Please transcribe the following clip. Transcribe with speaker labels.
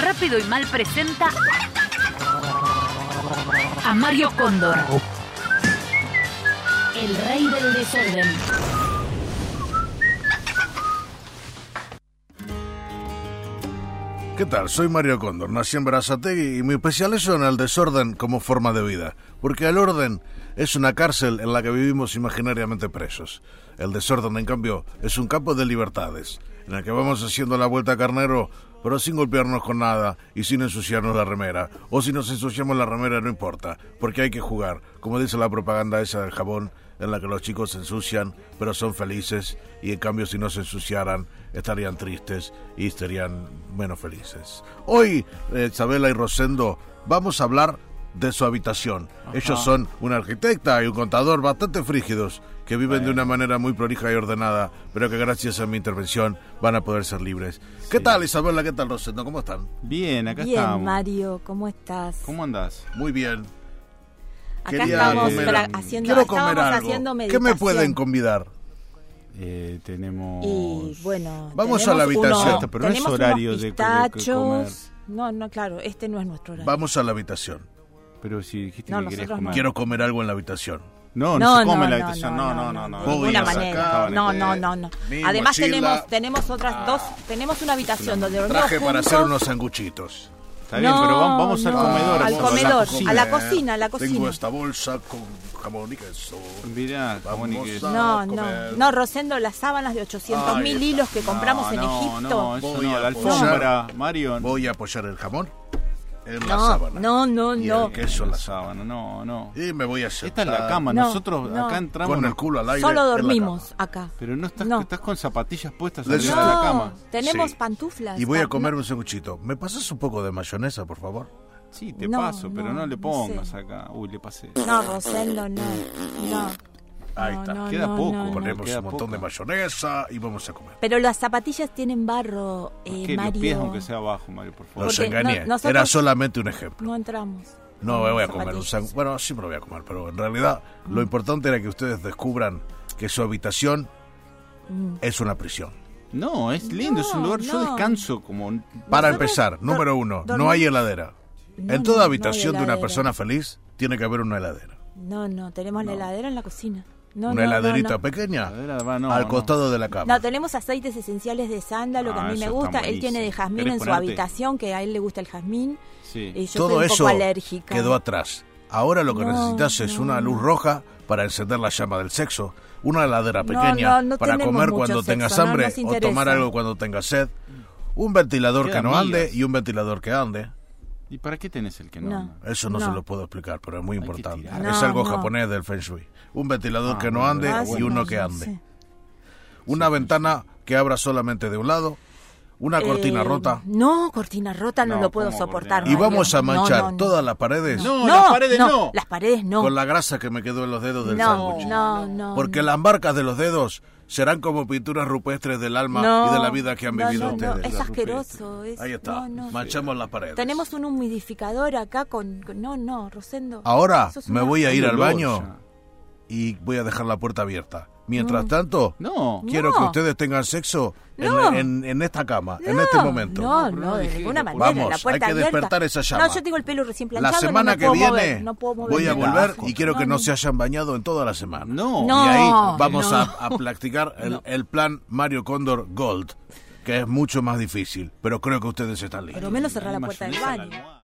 Speaker 1: Rápido y Mal presenta a Mario Cóndor, el rey del desorden.
Speaker 2: ¿Qué tal? Soy Mario Cóndor, nací en Berazategui y mi especializo en el desorden como forma de vida, porque el orden es una cárcel en la que vivimos imaginariamente presos. El desorden, en cambio, es un campo de libertades, en el que vamos haciendo la vuelta a carnero, pero sin golpearnos con nada y sin ensuciarnos la remera. O si nos ensuciamos la remera no importa, porque hay que jugar, como dice la propaganda esa del jabón, en la que los chicos se ensucian, pero son felices, y en cambio si no se ensuciaran, estarían tristes y estarían menos felices. Hoy, eh, Isabela y Rosendo, vamos a hablar de su habitación. Ellos son una arquitecta y un contador bastante frígidos, que viven de una manera muy prolija y ordenada, pero que gracias a mi intervención van a poder ser libres. ¿Qué tal Isabela? ¿Qué tal Rosendo? ¿Cómo están?
Speaker 3: Bien, acá
Speaker 4: Bien,
Speaker 3: estamos.
Speaker 4: Mario, ¿cómo estás?
Speaker 3: ¿Cómo andás?
Speaker 2: Muy bien.
Speaker 4: Acá
Speaker 2: Quería
Speaker 4: estamos
Speaker 3: comer
Speaker 4: tra-
Speaker 2: algo.
Speaker 4: haciendo,
Speaker 2: Quiero comer
Speaker 4: estábamos
Speaker 2: algo.
Speaker 4: haciendo
Speaker 2: ¿Qué
Speaker 4: meditación.
Speaker 2: me pueden convidar?
Speaker 3: Eh, tenemos...
Speaker 4: Y bueno,
Speaker 2: Vamos a
Speaker 4: tenemos
Speaker 2: la habitación.
Speaker 4: unos-
Speaker 2: Este,
Speaker 3: pero no es
Speaker 4: tenemos
Speaker 3: horario
Speaker 4: unos
Speaker 3: de co- de co-
Speaker 4: pistachos. No, no, claro, este no es nuestro horario.
Speaker 2: Vamos a la habitación.
Speaker 3: Pero si dijiste
Speaker 4: No,
Speaker 3: que querías
Speaker 4: nosotros
Speaker 3: comer.
Speaker 4: no.
Speaker 2: Quiero comer algo en la habitación.
Speaker 3: No, no,
Speaker 4: No,
Speaker 3: se come
Speaker 4: no,
Speaker 3: en la
Speaker 4: no,
Speaker 3: habitación. No, no, no. no,
Speaker 4: De ninguna
Speaker 2: Voy a
Speaker 4: manera.
Speaker 2: sacar
Speaker 4: No,
Speaker 3: este-
Speaker 4: no, no, no.
Speaker 2: mi
Speaker 4: Además
Speaker 2: mochila.
Speaker 4: tenemos tenemos otras dos, tenemos una habitación donde dormimos
Speaker 2: Traje para hacer
Speaker 4: juntos.
Speaker 2: unos sanguchitos.
Speaker 3: Está bien, pero vam- vamos,
Speaker 4: No,
Speaker 3: al comedor.
Speaker 4: al
Speaker 3: vamos
Speaker 4: comedor,
Speaker 3: la cocina.
Speaker 4: a la cocina, a la
Speaker 2: Tengo
Speaker 4: cocina.
Speaker 2: esta bolsa con jamón y queso.
Speaker 3: Mirá,
Speaker 2: Vamos
Speaker 3: Moni, que-
Speaker 2: a-
Speaker 4: No,
Speaker 2: comer.
Speaker 4: no, no, Rosendo, las sábanas de 800
Speaker 2: Ahí
Speaker 4: mil
Speaker 2: está.
Speaker 4: hilos que compramos
Speaker 3: No,
Speaker 4: en
Speaker 3: no,
Speaker 4: Egipto.
Speaker 3: No, eso
Speaker 2: Voy
Speaker 3: no,
Speaker 2: a
Speaker 3: la
Speaker 2: apoyar.
Speaker 3: alfombra, Mario.
Speaker 2: Voy a apoyar el jamón en la
Speaker 4: no,
Speaker 2: sábana.
Speaker 4: no, no,
Speaker 2: Y
Speaker 4: no.
Speaker 2: el queso en la
Speaker 3: la
Speaker 2: sábana.
Speaker 3: sábana, no, no.
Speaker 2: Y me voy a hacer.
Speaker 3: Esta es la cama,
Speaker 4: No,
Speaker 3: nosotros
Speaker 4: no.
Speaker 3: acá entramos...
Speaker 2: Con el culo al aire.
Speaker 4: Solo
Speaker 2: en la
Speaker 4: dormimos
Speaker 2: cama.
Speaker 4: acá.
Speaker 3: Pero no estás,
Speaker 4: No.
Speaker 3: estás con zapatillas puestas
Speaker 2: Les-
Speaker 3: arriba de la
Speaker 4: No,
Speaker 3: cama.
Speaker 4: tenemos
Speaker 2: Sí.
Speaker 4: pantuflas.
Speaker 2: Y voy a
Speaker 4: pa-
Speaker 2: comer un sanguchito. ¿Me pasas un poco de mayonesa, por favor?
Speaker 3: Sí, te
Speaker 4: No,
Speaker 3: paso, pero
Speaker 4: no,
Speaker 3: no le
Speaker 4: no
Speaker 3: pongas
Speaker 4: sé.
Speaker 3: acá. Uy, le pasé.
Speaker 4: No, Rosendo, no. No.
Speaker 2: Ahí
Speaker 4: No,
Speaker 2: está.
Speaker 4: no,
Speaker 3: Queda
Speaker 4: Ah, no,
Speaker 3: poco,
Speaker 4: no,
Speaker 3: ponele.
Speaker 4: no.
Speaker 2: Ponemos
Speaker 3: queda
Speaker 2: un montón
Speaker 3: poco.
Speaker 2: de mayonesa y vamos a comer.
Speaker 4: Pero las zapatillas tienen barro, eh,
Speaker 3: Que los
Speaker 4: Mario.
Speaker 3: pies, aunque sea abajo, Mario, por favor.
Speaker 2: Los
Speaker 4: Porque
Speaker 2: engañé.
Speaker 4: no- nosotros-
Speaker 2: Era solamente un ejemplo.
Speaker 4: No entramos.
Speaker 2: No
Speaker 4: Con
Speaker 2: me voy a
Speaker 4: las
Speaker 2: comer un
Speaker 4: zapatillas.
Speaker 2: sándwich. Bueno, sí me lo voy a comer, pero en realidad lo importante era que ustedes descubran que su habitación
Speaker 4: Mm.
Speaker 2: es una prisión.
Speaker 3: No, es lindo, es un
Speaker 4: No,
Speaker 3: lugar. Yo
Speaker 4: no.
Speaker 3: descanso como. un-
Speaker 2: Para
Speaker 4: Nosotros
Speaker 2: empezar,
Speaker 4: dor-
Speaker 2: número uno, no
Speaker 4: dormimos-
Speaker 2: hay heladera.
Speaker 4: No,
Speaker 2: en
Speaker 4: no, no
Speaker 2: toda
Speaker 4: hay
Speaker 2: habitación de una
Speaker 4: heladera.
Speaker 2: persona feliz tiene que haber una heladera.
Speaker 4: No, no, tenemos la heladera en la cocina. No,
Speaker 2: una
Speaker 4: no,
Speaker 2: heladerita
Speaker 4: no, no.
Speaker 2: pequeña
Speaker 3: Heladera, va, no,
Speaker 2: al
Speaker 3: no.
Speaker 2: costado de la cama.
Speaker 4: No, tenemos aceites esenciales de sándalo que
Speaker 3: Ah,
Speaker 4: a mí me
Speaker 3: eso
Speaker 4: gusta.
Speaker 3: está
Speaker 4: Él tiene de
Speaker 3: buenísimo.
Speaker 4: jazmín
Speaker 3: ¿Querés
Speaker 4: en su
Speaker 3: ponerte?
Speaker 4: habitación, que a él le gusta el jazmín. Y
Speaker 3: Sí.
Speaker 4: yo
Speaker 2: Todo
Speaker 4: soy un
Speaker 2: eso
Speaker 4: poco alérgica.
Speaker 2: quedó atrás. Ahora lo que
Speaker 4: No,
Speaker 2: necesitas es
Speaker 4: no,
Speaker 2: una
Speaker 4: no.
Speaker 2: luz roja para encender la llama del sexo, una heladera
Speaker 4: No,
Speaker 2: pequeña
Speaker 4: no, no
Speaker 2: para
Speaker 4: tenemos
Speaker 2: comer
Speaker 4: mucho
Speaker 2: cuando
Speaker 4: sexo,
Speaker 2: tengas
Speaker 4: no
Speaker 2: hambre
Speaker 4: nos
Speaker 2: o
Speaker 4: interesa.
Speaker 2: tomar algo cuando tengas sed, un ventilador
Speaker 3: Queda
Speaker 2: que no ande
Speaker 3: amigas.
Speaker 2: y un ventilador que ande.
Speaker 3: ¿Y para qué tenés el que no?
Speaker 4: No.
Speaker 3: anda?
Speaker 2: Eso no, se
Speaker 4: No.
Speaker 2: lo puedo explicar, pero es muy
Speaker 3: que
Speaker 2: importante.
Speaker 3: tirar.
Speaker 2: es
Speaker 4: No,
Speaker 2: algo
Speaker 4: no.
Speaker 2: japonés del Feng Shui. Un ventilador
Speaker 3: Ah,
Speaker 2: que no
Speaker 3: bueno,
Speaker 2: ande
Speaker 4: Ah,
Speaker 3: bueno,
Speaker 4: eso
Speaker 2: y
Speaker 3: bueno.
Speaker 2: uno
Speaker 4: no,
Speaker 2: que
Speaker 4: no
Speaker 2: ande.
Speaker 4: sé.
Speaker 2: Una ventana que abra solamente de un lado, una cortina
Speaker 4: Eh,
Speaker 2: rota.
Speaker 4: No, cortina rota no,
Speaker 3: No,
Speaker 4: lo puedo
Speaker 3: ¿cómo
Speaker 4: soportar.
Speaker 2: Y
Speaker 3: cortina?
Speaker 4: Mario.
Speaker 2: vamos a
Speaker 4: No,
Speaker 2: manchar
Speaker 4: no, no.
Speaker 2: todas las paredes
Speaker 3: No, las paredes no.
Speaker 4: Las paredes no.
Speaker 2: con la grasa que me quedó en los dedos del
Speaker 4: no,
Speaker 2: sándwich.
Speaker 4: no, no.
Speaker 2: Porque
Speaker 4: no.
Speaker 2: las marcas de los dedos serán como pinturas rupestres del alma
Speaker 4: No,
Speaker 2: y de la vida que han
Speaker 4: no,
Speaker 2: vivido
Speaker 4: no, no,
Speaker 2: ustedes.
Speaker 4: Es asqueroso. es-
Speaker 2: Ahí está,
Speaker 4: no, no.
Speaker 2: manchamos las paredes.
Speaker 4: Tenemos un humidificador acá con. con- No, no, Rosendo.
Speaker 2: Ahora
Speaker 4: Sos
Speaker 2: me
Speaker 4: una-
Speaker 2: voy a ir
Speaker 3: Un
Speaker 2: al
Speaker 3: olor
Speaker 2: baño
Speaker 3: ya.
Speaker 2: y voy a dejar la puerta abierta. Mientras tanto,
Speaker 3: No.
Speaker 2: quiero
Speaker 4: No.
Speaker 2: que ustedes tengan sexo en-
Speaker 4: No.
Speaker 2: en, en esta cama, en
Speaker 4: No,
Speaker 2: este momento.
Speaker 4: No,
Speaker 3: No, pero
Speaker 4: no,
Speaker 3: no
Speaker 4: de
Speaker 3: dejé,
Speaker 4: ninguna
Speaker 3: no puedo.
Speaker 4: manera. la
Speaker 2: Vamos,
Speaker 4: puerta
Speaker 2: hay que
Speaker 4: abierta.
Speaker 2: despertar esa llama.
Speaker 4: No, yo tengo el pelo recién
Speaker 2: La
Speaker 4: planchado.
Speaker 2: semana
Speaker 4: no me
Speaker 2: que
Speaker 4: puedo
Speaker 2: viene
Speaker 4: mover, no puedo mover
Speaker 2: voy a
Speaker 4: nada.
Speaker 2: volver
Speaker 3: Asco.
Speaker 2: y quiero que
Speaker 4: No,
Speaker 2: no
Speaker 4: no.
Speaker 2: se hayan bañado en toda la semana.
Speaker 3: No.
Speaker 4: No.
Speaker 2: Y ahí vamos
Speaker 4: no.
Speaker 2: a, a practicar el, el plan Mario Cóndor Gold, que es mucho más difícil, pero creo que ustedes están listos.
Speaker 4: Por lo menos cerrar la puerta del
Speaker 3: Mayonesa en la
Speaker 4: baño.
Speaker 3: almohada.